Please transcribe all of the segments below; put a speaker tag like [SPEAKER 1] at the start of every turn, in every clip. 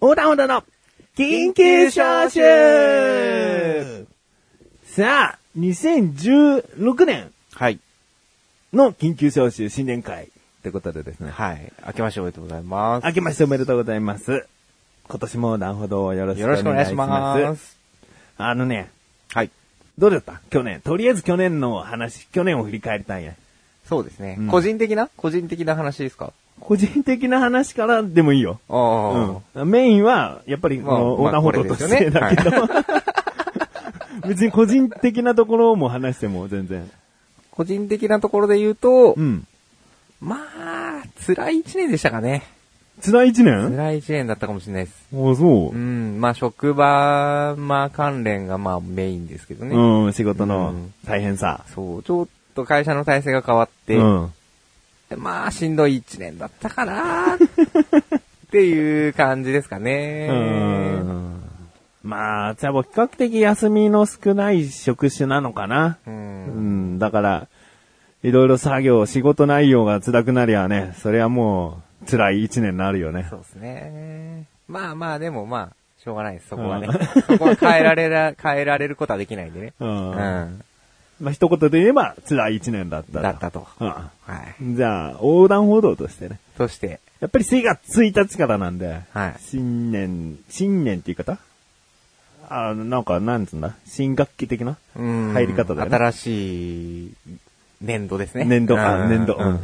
[SPEAKER 1] 横断歩道の緊急招集さあ、2016年
[SPEAKER 2] はい。
[SPEAKER 1] の緊急招集新年会ってことでですね。
[SPEAKER 2] はい。明けましておめでとうございます。
[SPEAKER 1] 明けましておめでとうございます。今年も横断歩道をよろしく
[SPEAKER 2] よ
[SPEAKER 1] お願
[SPEAKER 2] ろ
[SPEAKER 1] い
[SPEAKER 2] し
[SPEAKER 1] し
[SPEAKER 2] くお願
[SPEAKER 1] ま
[SPEAKER 2] い
[SPEAKER 1] す。
[SPEAKER 2] します。
[SPEAKER 1] あのね、
[SPEAKER 2] はい。
[SPEAKER 1] どうだった去年。とりあえず去年の話、去年を振り返りたいや。
[SPEAKER 2] そうですね。
[SPEAKER 1] うん
[SPEAKER 2] 個人的な個人的な話ですか
[SPEAKER 1] 個人的な話からでもいいよ。
[SPEAKER 2] ああ、
[SPEAKER 1] うん、メインは、やっぱり、この、
[SPEAKER 2] ま
[SPEAKER 1] 横
[SPEAKER 2] あ
[SPEAKER 1] 断歩道として
[SPEAKER 2] まあ
[SPEAKER 1] だけど、 別に個人的なところも話しても全然。
[SPEAKER 2] 個人的なところで言うと、
[SPEAKER 1] うん。
[SPEAKER 2] まあ、辛い一年でしたかね。
[SPEAKER 1] 辛い一年
[SPEAKER 2] 辛い一年だったかもしれないです。
[SPEAKER 1] あそうう。
[SPEAKER 2] ん、まあ職場、まあ関連がまあメインですけどね。
[SPEAKER 1] うん、仕事の
[SPEAKER 2] うん
[SPEAKER 1] 大変さ。
[SPEAKER 2] そう、ちょっと会社の体制が変わって、
[SPEAKER 1] うん。
[SPEAKER 2] まあしんどい一年だったか なっていう感じですかね。
[SPEAKER 1] うんまあ、じゃあもう比較的休みの少ない職種なのかな。
[SPEAKER 2] う。
[SPEAKER 1] うんん、だから、いろいろ作業、仕事内容が辛くなりゃね、それはもう、辛い一年になるよね
[SPEAKER 2] そ。うですね。まあまあ、でもまあ、しょうがないです、そこはね
[SPEAKER 1] うん。
[SPEAKER 2] そこは変えられ ら、変えられることはできないんでね。
[SPEAKER 1] う。
[SPEAKER 2] うんん。
[SPEAKER 1] まあ、一言で言えば、辛い一年だったと
[SPEAKER 2] だったと。
[SPEAKER 1] うん。
[SPEAKER 2] はい。
[SPEAKER 1] じゃあ、横断歩道としてね。
[SPEAKER 2] そして、
[SPEAKER 1] やっぱり4月1日からなんで、
[SPEAKER 2] はい
[SPEAKER 1] 新年、新年って言い方あの、なんか、なんつうんだ新学期的な
[SPEAKER 2] うん
[SPEAKER 1] 入り方だよね
[SPEAKER 2] 新しい、年度ですね。
[SPEAKER 1] 年度、
[SPEAKER 2] う
[SPEAKER 1] あ、
[SPEAKER 2] ん
[SPEAKER 1] 年度。
[SPEAKER 2] うん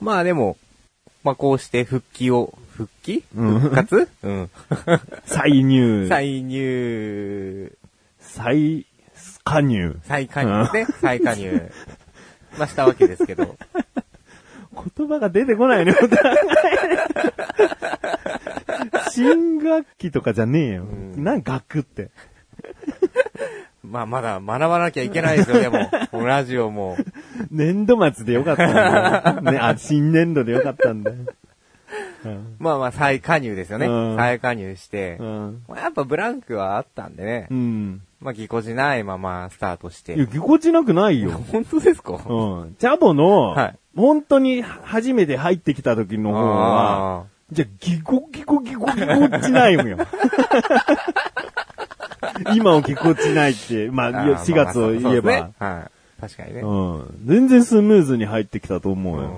[SPEAKER 2] まあでも、まあこうして復帰を、復帰
[SPEAKER 1] うん
[SPEAKER 2] 復活うん。
[SPEAKER 1] 再入、
[SPEAKER 2] 再入、
[SPEAKER 1] 再加入。
[SPEAKER 2] 再加入ですね。再加入。まあしたわけですけど。
[SPEAKER 1] 言葉が出てこないね、 お互い新学期とかじゃねえよ。
[SPEAKER 2] ん
[SPEAKER 1] なん、学って。
[SPEAKER 2] まあまだ学ばなきゃいけないですよ、でも。このラジオも。
[SPEAKER 1] 年度末でよかったんだよ。 ね、あ、新年度でよかったんだよ。うん。
[SPEAKER 2] まあまあ再加入ですよね。
[SPEAKER 1] うん
[SPEAKER 2] 再加入して
[SPEAKER 1] う。ん。
[SPEAKER 2] まあやっぱブランクはあったんでね
[SPEAKER 1] う。ん。
[SPEAKER 2] まあぎこちないままスタートし
[SPEAKER 1] いや、
[SPEAKER 2] て。
[SPEAKER 1] ぎこちなくない よ。
[SPEAKER 2] 本当ですか
[SPEAKER 1] うん。ジャボの、
[SPEAKER 2] はい
[SPEAKER 1] 本当に初めて入ってきた時の方は、
[SPEAKER 2] あ
[SPEAKER 1] じゃあ、ギコギコギコギコちないもん よ。今をぎこちないって、まあ、
[SPEAKER 2] ーあー。
[SPEAKER 1] 4月を言えば、
[SPEAKER 2] まあまあそうですねはい。確かにね。
[SPEAKER 1] うん。全然スムーズに入ってきたと思う
[SPEAKER 2] う
[SPEAKER 1] よ。
[SPEAKER 2] ん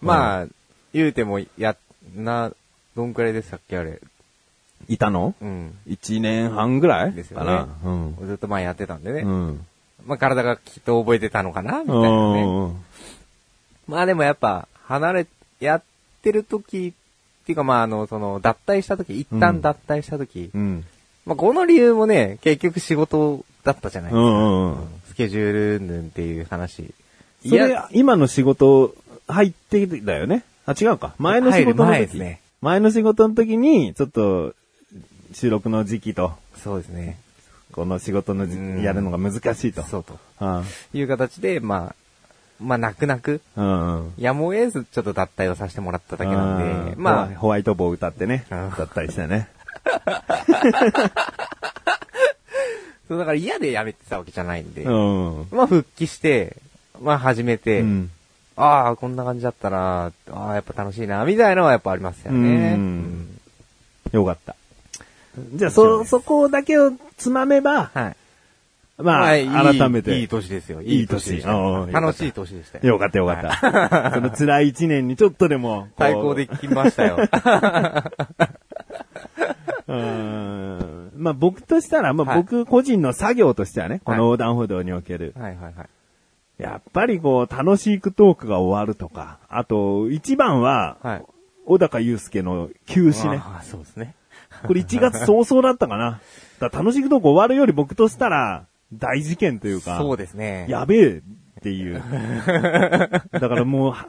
[SPEAKER 2] まあ、言うても、や、な、どんくらいでしたっけ、あれ。
[SPEAKER 1] いたの
[SPEAKER 2] うん。
[SPEAKER 1] ?1 年半ぐらい
[SPEAKER 2] ですよ
[SPEAKER 1] か
[SPEAKER 2] ね
[SPEAKER 1] な。
[SPEAKER 2] ずっと前やってたんでね。
[SPEAKER 1] うん。うん。
[SPEAKER 2] まあ、体がきっと覚えてたのかな、みたいなね。
[SPEAKER 1] うん。
[SPEAKER 2] まあでもやっぱ、離れ、やってる時っていうかまああの、その、脱退した時、一
[SPEAKER 1] うん
[SPEAKER 2] 旦脱退した時、
[SPEAKER 1] うん。
[SPEAKER 2] まあこの理由もね、結局仕事だったじゃないで
[SPEAKER 1] う
[SPEAKER 2] すか。
[SPEAKER 1] んうん。
[SPEAKER 2] スケジュール云々っていう話。
[SPEAKER 1] それ、今の仕事入ってだよね。あ、違うか。前の仕事の時。
[SPEAKER 2] 入る前ですね
[SPEAKER 1] 前の仕事の時に、ちょっと、収録の時期と、
[SPEAKER 2] そうですね。
[SPEAKER 1] この仕事のじ
[SPEAKER 2] うん
[SPEAKER 1] やるのが難しいと。
[SPEAKER 2] そうと。
[SPEAKER 1] うん。
[SPEAKER 2] いう形で、まあ、まあ泣く泣く、
[SPEAKER 1] うんうん。
[SPEAKER 2] やむを得ずちょっと脱退をさせてもらっただけなんで、
[SPEAKER 1] うん
[SPEAKER 2] ま
[SPEAKER 1] ホワ
[SPEAKER 2] あ、
[SPEAKER 1] ホワイトボー歌ってね。
[SPEAKER 2] うん
[SPEAKER 1] 歌ったりしてね。
[SPEAKER 2] そうだから嫌で辞めてたわけじゃないんで、
[SPEAKER 1] うん。
[SPEAKER 2] まあ復帰して、まあ始めて、
[SPEAKER 1] うん
[SPEAKER 2] ああ、こんな感じだったな、ああ、やっぱ楽しいな、みたいなのはやっぱありますよね。
[SPEAKER 1] うん
[SPEAKER 2] うん
[SPEAKER 1] よかった。じゃあ、
[SPEAKER 2] そう
[SPEAKER 1] そ、
[SPEAKER 2] です
[SPEAKER 1] そこだけをつまめば、
[SPEAKER 2] はい。
[SPEAKER 1] まあ、
[SPEAKER 2] はいいい
[SPEAKER 1] 改め
[SPEAKER 2] いい
[SPEAKER 1] て。
[SPEAKER 2] 年ですよ。
[SPEAKER 1] いい年
[SPEAKER 2] でし
[SPEAKER 1] おうおう
[SPEAKER 2] た。楽しい年でしたよ。
[SPEAKER 1] よかったよか った。その辛い一年にちょっとでも。こう
[SPEAKER 2] 最高できましたよ。
[SPEAKER 1] うーんまあ僕としたら、まあ
[SPEAKER 2] はい
[SPEAKER 1] 僕個人の作業としてはね、この
[SPEAKER 2] はい
[SPEAKER 1] 横断歩道における。
[SPEAKER 2] はいはいはい。
[SPEAKER 1] やっぱりこう、楽しくトークが終わるとか、あと、一番は、
[SPEAKER 2] はい。
[SPEAKER 1] 小高祐介の休止ね。
[SPEAKER 2] ああ、そうですね。
[SPEAKER 1] これ1月早々だったかな。だから楽しくトーク終わるより僕としたら、大事件というか、
[SPEAKER 2] そうですね。
[SPEAKER 1] やべえっていう。だからもう、は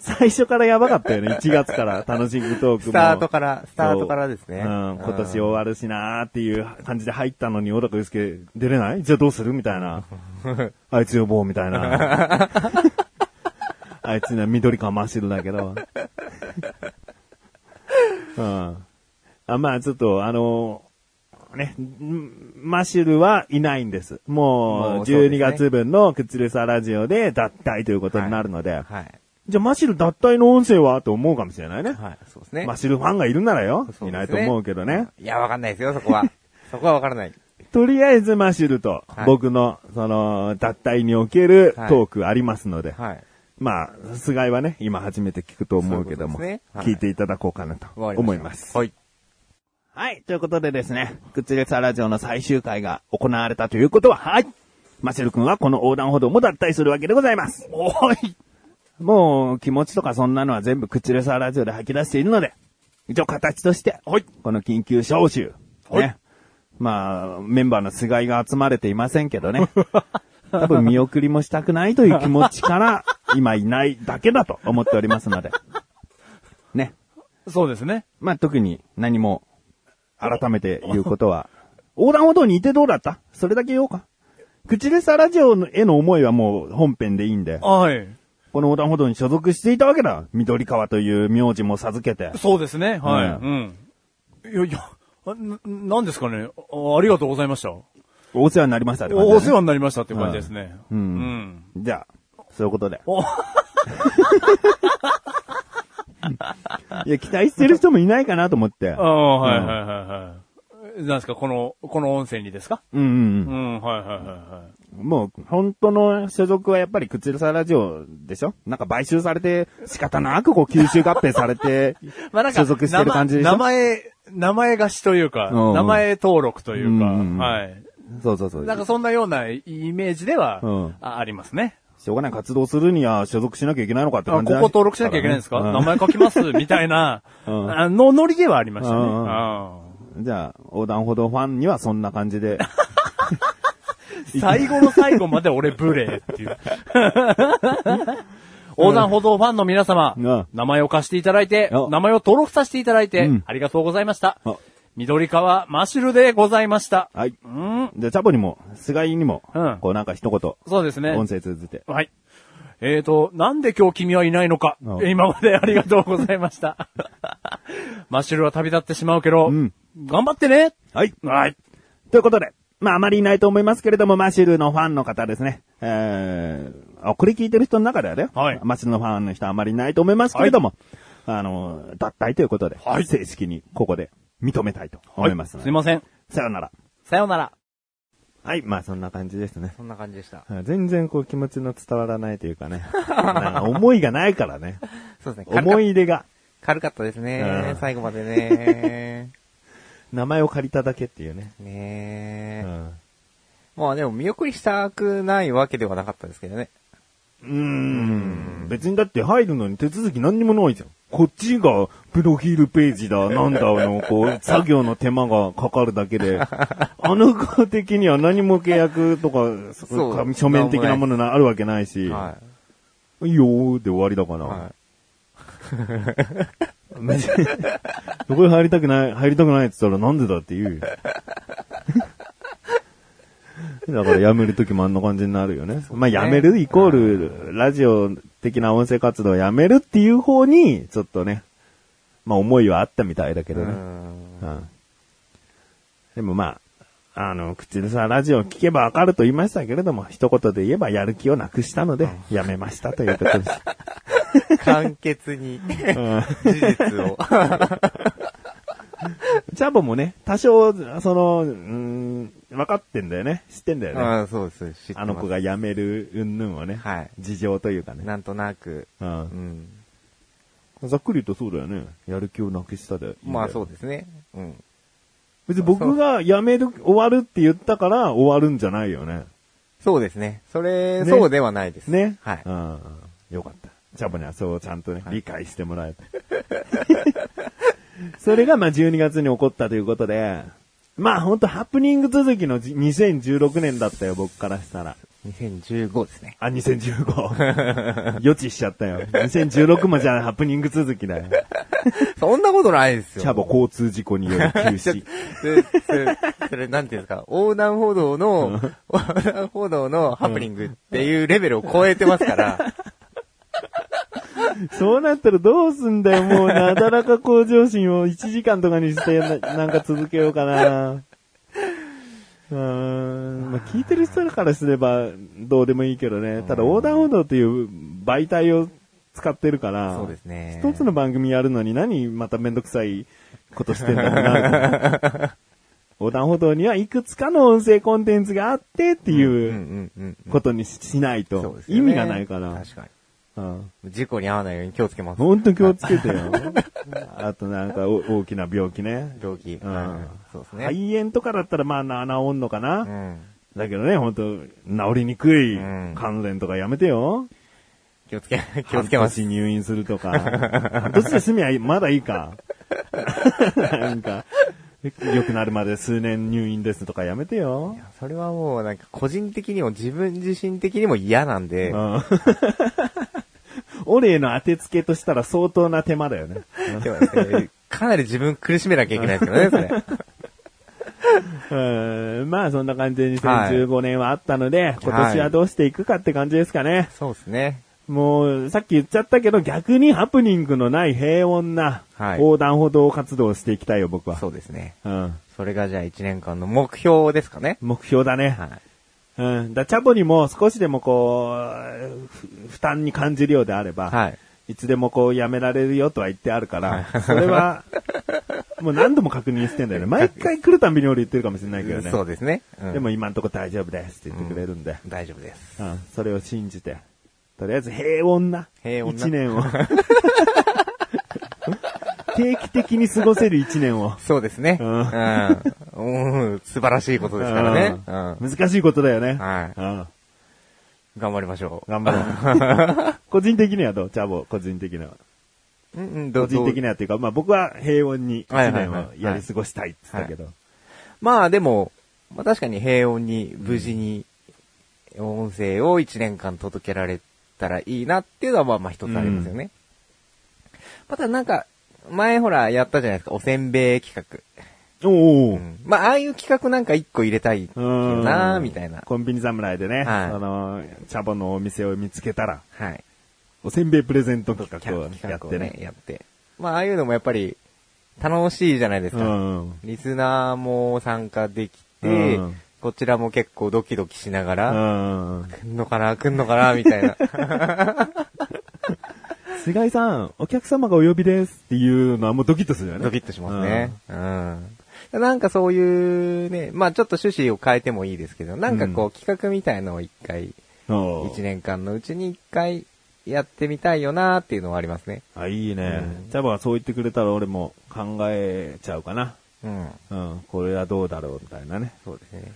[SPEAKER 1] 最初からやばかったよね。1月から楽しくトークも。
[SPEAKER 2] スタートから、スタートからですね。
[SPEAKER 1] そううん、今年終
[SPEAKER 2] を。
[SPEAKER 1] わるしなーっていう感じで入ったのに、小高祐介出れないじゃあどうするみたい な。あいつ呼ぼうみたいな。あいつね、緑か真っ白だけ ど。うん。あ、まあちょっと、あのね、んマシルはいないんです。も
[SPEAKER 2] も
[SPEAKER 1] う、
[SPEAKER 2] うそ
[SPEAKER 1] 12
[SPEAKER 2] うですね
[SPEAKER 1] 月分のクッツルサラジオで脱退ということになるので、
[SPEAKER 2] はい。
[SPEAKER 1] じゃあマシル脱退の音声はと思うかもしれないね。
[SPEAKER 2] はい、そうですね。
[SPEAKER 1] マシルファンがいるならよ。
[SPEAKER 2] そうですね
[SPEAKER 1] いないと思うけどね。
[SPEAKER 2] いや、わかんないですよ、そ こは。そこはわからない。
[SPEAKER 1] とりあえずマシルと
[SPEAKER 2] はい
[SPEAKER 1] 僕のその脱退における
[SPEAKER 2] はい
[SPEAKER 1] トークありますので。
[SPEAKER 2] はい。
[SPEAKER 1] まあ、菅井はね、今初めて聞くと思うけども、
[SPEAKER 2] そういうことですねはい
[SPEAKER 1] 聞いていただこうかなと
[SPEAKER 2] わかり
[SPEAKER 1] 思います。
[SPEAKER 2] はい。
[SPEAKER 1] はい。ということでですね、グッズレッサーラジオの最終回が行われたということは、はい。マシル君はこの横断歩道も脱退するわけでございます。
[SPEAKER 2] おい。
[SPEAKER 1] もう気持ちとかそんなのは全部口レサーラジオで吐き出しているので、一応形として、この緊急招集、
[SPEAKER 2] はい
[SPEAKER 1] ね。まあ、メンバーの菅井が集まれていませんけど ね。多分見送りもしたくないという気持ちから、今いないだけだと思っておりますので。ね。
[SPEAKER 3] そうですね。
[SPEAKER 1] まあ特に何も改めて言うことは、 横断歩道にいてどうだったそれだけ言おうか。口レサーラジオへの思いはもう本編でいいんで。
[SPEAKER 3] はい。
[SPEAKER 1] この横断歩道に所属していたわけだ。緑川という名字も授けて。
[SPEAKER 3] そうですね。はい。
[SPEAKER 1] う
[SPEAKER 3] うん。いやいや、あななんですかねあ。ありがとうございました。
[SPEAKER 1] お世話になりましたって感じだね
[SPEAKER 3] お世話になりましたっていう感じですね。
[SPEAKER 1] う
[SPEAKER 3] うんん。
[SPEAKER 1] じゃあ、そういうことで。
[SPEAKER 3] お
[SPEAKER 1] いや、期待してる人もいないかなと思って
[SPEAKER 3] あ。あ、はいはいはいはい。なんですか、この、この音声にですか
[SPEAKER 1] うんうん
[SPEAKER 3] う
[SPEAKER 1] うん。
[SPEAKER 3] ん、はいはいは
[SPEAKER 1] もう、本当の所属はやっぱり、クチルサラジオでしょなんか買収されて、仕方なくこう、吸収合併され て
[SPEAKER 3] い。まあ、なん、か、
[SPEAKER 1] 所属してる感じでし
[SPEAKER 3] 名
[SPEAKER 1] ょ
[SPEAKER 3] 前、名前貸しというか、
[SPEAKER 1] うんうん
[SPEAKER 3] 名前登録というか、
[SPEAKER 1] うんうんうん
[SPEAKER 3] はい。
[SPEAKER 1] そうそうそ
[SPEAKER 3] なんか
[SPEAKER 1] う。
[SPEAKER 3] そんなようなイメージでは、
[SPEAKER 1] うん
[SPEAKER 3] あありますね。
[SPEAKER 1] しょうがない活動するには所属しなきゃいけないのかって
[SPEAKER 3] あこ
[SPEAKER 1] 感じ
[SPEAKER 3] こ
[SPEAKER 1] だ
[SPEAKER 3] 登録しなきゃいけないんですか、
[SPEAKER 1] うん
[SPEAKER 3] 名前書きますみたいな、
[SPEAKER 1] うん
[SPEAKER 3] あのノリではありましたね。
[SPEAKER 1] う
[SPEAKER 3] うん
[SPEAKER 1] うん
[SPEAKER 3] ん
[SPEAKER 1] じゃあ、横断歩道ファンにはそんな感じで。
[SPEAKER 3] 最後の最後まで俺ブレーっ ていう。横断歩道ファンの皆様、
[SPEAKER 1] うん
[SPEAKER 3] 名前を貸していただいて、
[SPEAKER 1] うん
[SPEAKER 3] 名前を登録させていただいて、
[SPEAKER 1] うん
[SPEAKER 3] ありがとうございました
[SPEAKER 1] うん。
[SPEAKER 3] 緑川マシュルでございました。
[SPEAKER 1] はい。
[SPEAKER 3] うん、
[SPEAKER 1] じゃあ、チャボにも、菅井にも、
[SPEAKER 3] うん
[SPEAKER 1] こうなんか一言、
[SPEAKER 3] そうですね。
[SPEAKER 1] 音声通じて。
[SPEAKER 3] はい。えーと、なんで今日君はいないのか
[SPEAKER 1] う。ん
[SPEAKER 3] 今までありがとうござい ました。マッシュルは旅立ってしまうけど、
[SPEAKER 1] うん
[SPEAKER 3] 頑張ってね
[SPEAKER 1] はい。
[SPEAKER 3] はい。
[SPEAKER 1] ということで、まああまりいないと思いますけれども、マシルのファンの方ですね。えー、あこれ聞いてる人の中ではね、
[SPEAKER 3] はい
[SPEAKER 1] マシルのファンの人はあまりいないと思いますけれども、あの、脱退ということで、
[SPEAKER 3] はい
[SPEAKER 1] 正式にここで認めたいと思いますの
[SPEAKER 3] すい
[SPEAKER 1] で、
[SPEAKER 3] ません。
[SPEAKER 1] さよなら。
[SPEAKER 3] さようなら。
[SPEAKER 1] はい、まあそんな感じですね。
[SPEAKER 2] そんな感じでした。
[SPEAKER 1] 全然こう気持ちの伝わらないというかね。 なんか思いがないからね。
[SPEAKER 2] そうですね。軽 か
[SPEAKER 1] 思い出が。
[SPEAKER 2] 軽かったです
[SPEAKER 1] う
[SPEAKER 2] ね
[SPEAKER 1] ん。
[SPEAKER 2] 最後ま でね。
[SPEAKER 1] 名前を借りただけっていうね。う
[SPEAKER 2] ねえ。
[SPEAKER 1] ん。
[SPEAKER 2] まあでも見送りしたくないわけではなかったですけどね。
[SPEAKER 1] うーん。別にだって入るのに手続き何にもないじゃん。こっちがプロフィールページ だ、なんだの、こう、作業の手間がかかるだけ で、あの子的には何も契約とか、そ
[SPEAKER 2] そう
[SPEAKER 1] か書面的なものなあるわけないし、、
[SPEAKER 2] はい
[SPEAKER 1] よーで終わりだか
[SPEAKER 2] い。
[SPEAKER 1] ら。
[SPEAKER 2] は
[SPEAKER 1] 別に そこに入りたくない、入りたくないって言ったらなんでだって言うよ。 だから辞めるときもあんな感じになるよね。まあ辞めるイコール、ラジオ的な音声活動を辞めるっていう方に、ちょっとね、まあ思いはあったみたいだけ
[SPEAKER 2] い。う
[SPEAKER 1] どね。
[SPEAKER 2] ん。
[SPEAKER 1] うんでもまあ、あの、口でさ、ラジオ聞けばわかると言いましたけれども、一言で言えばやる気をなくしたので、辞めましたということ です。
[SPEAKER 2] 簡潔 に、
[SPEAKER 1] うん
[SPEAKER 2] 事実を。
[SPEAKER 1] ジャボもね、多少、その、うーん、分かってんだよね。知ってんだよね。
[SPEAKER 2] あそうです。知ってます
[SPEAKER 1] あの子。が辞める云々をね。
[SPEAKER 2] はい
[SPEAKER 1] 事情というかね。
[SPEAKER 2] なんとなく。
[SPEAKER 1] う。
[SPEAKER 2] うんん。
[SPEAKER 1] ざっくり言うとそうだよね。やる気をなくしたで。
[SPEAKER 2] まあそう
[SPEAKER 1] だよ。
[SPEAKER 2] ですね。うん。
[SPEAKER 1] 別に僕が辞める、終わるって言ったから終わるんじゃないよね。
[SPEAKER 2] そうですね。それ、
[SPEAKER 1] ね
[SPEAKER 2] そうではないです。
[SPEAKER 1] ね。
[SPEAKER 2] はい。
[SPEAKER 1] うん。よかった。ジャボにはそうちゃんとね、
[SPEAKER 2] はい
[SPEAKER 1] 理解しても らえた。それがまあ12月に起こったということで、まあほんとハプニング続きのじ2016年だったよ、僕からしたら。
[SPEAKER 2] 2015ですね。
[SPEAKER 1] あ、2015。予知しちゃったよ。2016もじゃあハプニング続きだよ。
[SPEAKER 2] そんなことないです
[SPEAKER 1] チ
[SPEAKER 2] よ。
[SPEAKER 1] ャボ交通事故による休
[SPEAKER 2] ちょっ
[SPEAKER 1] 止
[SPEAKER 2] と。それ、それ、それなんていうんですか、横断歩道の、横断歩道のハプニングっていうレベルを超えてますから、
[SPEAKER 1] そうなったらどうすんだよ。もうなだらか向上心を1時間とかにしてな、なんか続けようかな。うーん、まあ、聞いてる人からすればどうでもいいけどね。ただ横断歩道という媒体を使ってるから、
[SPEAKER 2] そうですね
[SPEAKER 1] 一つの番組やるのに何まためんどくさいことしてんだってなるから。横断歩道にはいくつかの音声コンテンツがあってって
[SPEAKER 2] うんう
[SPEAKER 1] いうん
[SPEAKER 2] うんうん。
[SPEAKER 1] ことにしない
[SPEAKER 2] そう
[SPEAKER 1] と
[SPEAKER 2] ですよ
[SPEAKER 1] 意
[SPEAKER 2] ね
[SPEAKER 1] 味がないから。
[SPEAKER 2] 確かに。
[SPEAKER 1] うん
[SPEAKER 2] 事故に遭わないように気をつけます。
[SPEAKER 1] 本当気をつけてよ。あとなんかお大きな病気ね。
[SPEAKER 2] 病気。
[SPEAKER 1] うん
[SPEAKER 2] はいそうですね。
[SPEAKER 1] 肺炎とかだったらまあな治んのかな。
[SPEAKER 2] うん。
[SPEAKER 1] だけどね、本当治りにくい
[SPEAKER 2] うん
[SPEAKER 1] 関連とかやめてよ。
[SPEAKER 2] 気をつけ、気をつけま す。
[SPEAKER 1] 半年入院するとか。半年で済みはまだいいか。なんか、良くなるまで数年入院ですとかやめてよ
[SPEAKER 2] い。やそれはもうなんか個人的にも自分自身的にも嫌なんで、
[SPEAKER 1] うん。 オレへの当てつけとしたら相当な手間だよね。
[SPEAKER 2] でもねかなり自分苦しめなきゃいけないですよね、それ。
[SPEAKER 1] うんまあそんな感じで
[SPEAKER 2] はい
[SPEAKER 1] 2015年はあったので、今年はどうしていくかって感じですかね。
[SPEAKER 2] そうですね。
[SPEAKER 1] もう、さっき言っちゃったけど、逆にハプニングのない平穏な、
[SPEAKER 2] はい
[SPEAKER 1] 横断歩道活動をしていきたいよ、僕は。
[SPEAKER 2] そうですね。
[SPEAKER 1] うん。
[SPEAKER 2] それがじゃあ1年間の目標ですかね。
[SPEAKER 1] 目標だね。
[SPEAKER 2] はい。
[SPEAKER 1] うん。だチャボにも少しでもこう、ふ負担に感じるようであれば、
[SPEAKER 2] はい。
[SPEAKER 1] い、つでもこうやめられるよとは言ってあるから、それは、もう何度も確認してんだ よね。毎回来るたんびに俺言ってるかもしれないけどね。
[SPEAKER 2] そうですね。うん
[SPEAKER 1] でも今んとこ大丈夫ですって言ってくれるんで、
[SPEAKER 2] 大丈夫です。
[SPEAKER 1] うん。それを信じて、とりあえず平穏な、
[SPEAKER 2] 平穏な
[SPEAKER 1] 一年を。 定期的に過ごせる一年を。
[SPEAKER 2] そうですね。
[SPEAKER 1] うん
[SPEAKER 2] うん。うん素晴らしいことですからね。
[SPEAKER 1] うん難しいことだよね。
[SPEAKER 2] はい
[SPEAKER 1] うん
[SPEAKER 2] うん。頑張りましょう。
[SPEAKER 1] 頑張ろう。個人的にはどうチャボ、個人的な。
[SPEAKER 2] うんうん、ど
[SPEAKER 1] 個
[SPEAKER 2] うぞ
[SPEAKER 1] 人的にはっていうか、まあ僕は平穏に一年をやり過ごしたいって言ったけど。
[SPEAKER 2] まあでも、まあ確かに平穏に、無事に、音声を1年間届けられたらいいなっていうのはまあまあ一つありますよね。またなんか、前ほらやったじゃないですか、おせんべい企画。
[SPEAKER 1] おお
[SPEAKER 2] うんまあああいう企画なんか一個入れたい
[SPEAKER 1] うん
[SPEAKER 2] なみたいな。
[SPEAKER 1] コンビニ侍でね、
[SPEAKER 2] はい
[SPEAKER 1] その、チャボのお店を見つけたら、
[SPEAKER 2] はい。
[SPEAKER 1] おせんべいプレゼント企画
[SPEAKER 2] 企
[SPEAKER 1] をやっ
[SPEAKER 2] 画を
[SPEAKER 1] て
[SPEAKER 2] ね、
[SPEAKER 1] ね。
[SPEAKER 2] やって。まあああいうのもやっぱり楽しいじゃないです
[SPEAKER 1] う
[SPEAKER 2] か。
[SPEAKER 1] ん。
[SPEAKER 2] リスナーも参加できて
[SPEAKER 1] うん、
[SPEAKER 2] こちらも結構ドキドキしながら、
[SPEAKER 1] うん。
[SPEAKER 2] 来んのかな、来んのかな、みたいな。
[SPEAKER 1] 菅井さん、お客様がお呼びですっていうのはもうドキッとするよね。
[SPEAKER 2] ドキッとしますね。うん。なんかそういうね、まあちょっと趣旨を変えてもいいですけど、なんかこう企画みたいのを一回、
[SPEAKER 1] うん。お
[SPEAKER 2] 一
[SPEAKER 1] ー
[SPEAKER 2] 年間のうちに一回やってみたいよなっていうのはありますね。
[SPEAKER 1] あ、いいね
[SPEAKER 2] う。
[SPEAKER 1] チャボがそう言ってくれたら俺も考えちゃうかな。
[SPEAKER 2] うん。
[SPEAKER 1] うん。これはどうだろうみたいなね。
[SPEAKER 2] そうですね。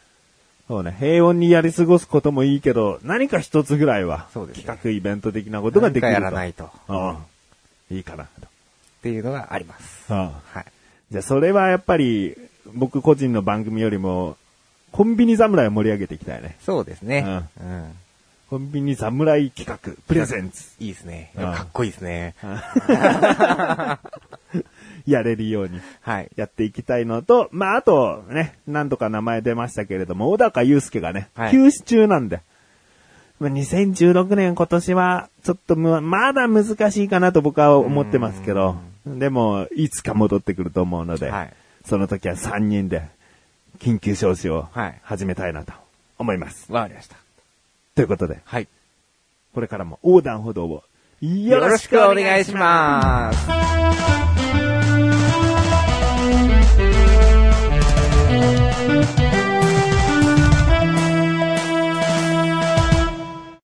[SPEAKER 1] そうね、平穏にやり過ごすこともいいけど、何か一つぐらいは、
[SPEAKER 2] そうですね
[SPEAKER 1] 企画イベント的なことができると。
[SPEAKER 2] なんかやらないと。っ
[SPEAKER 1] ああいいかなと。
[SPEAKER 2] ていうのがあります。
[SPEAKER 1] ああ
[SPEAKER 2] はい。
[SPEAKER 1] じゃあ、それはやっぱり、僕個人の番組よりも、コンビニ侍を盛り上げていきたいね。
[SPEAKER 2] そうですね。うん。
[SPEAKER 1] コンビニ侍企画、プレゼンツ。
[SPEAKER 2] いいですね。
[SPEAKER 1] うん
[SPEAKER 2] かっこいいですね。
[SPEAKER 1] やれるように
[SPEAKER 2] はい。
[SPEAKER 1] やっていきたいのと、まあ、あとね、何度か名前出ましたけれども、小高祐介がね、
[SPEAKER 2] はい
[SPEAKER 1] 休止中なんで、まあ、2016年今年は、ちょっとむまだ難しいかなと僕は思ってますけど、でも、いつか戻ってくると思うので、
[SPEAKER 2] はい
[SPEAKER 1] その時は3人で、緊急招集を
[SPEAKER 2] はい
[SPEAKER 1] 始めたいなと思います。
[SPEAKER 2] わかりました。
[SPEAKER 1] ということで、
[SPEAKER 2] はい。
[SPEAKER 1] これからも横断歩道をよ
[SPEAKER 2] よ
[SPEAKER 1] ろ
[SPEAKER 2] ろ
[SPEAKER 1] し
[SPEAKER 2] し
[SPEAKER 1] く
[SPEAKER 2] く
[SPEAKER 1] お
[SPEAKER 2] お
[SPEAKER 1] 願
[SPEAKER 2] 願
[SPEAKER 1] い
[SPEAKER 2] い
[SPEAKER 1] し
[SPEAKER 2] し
[SPEAKER 1] ます。
[SPEAKER 2] ます。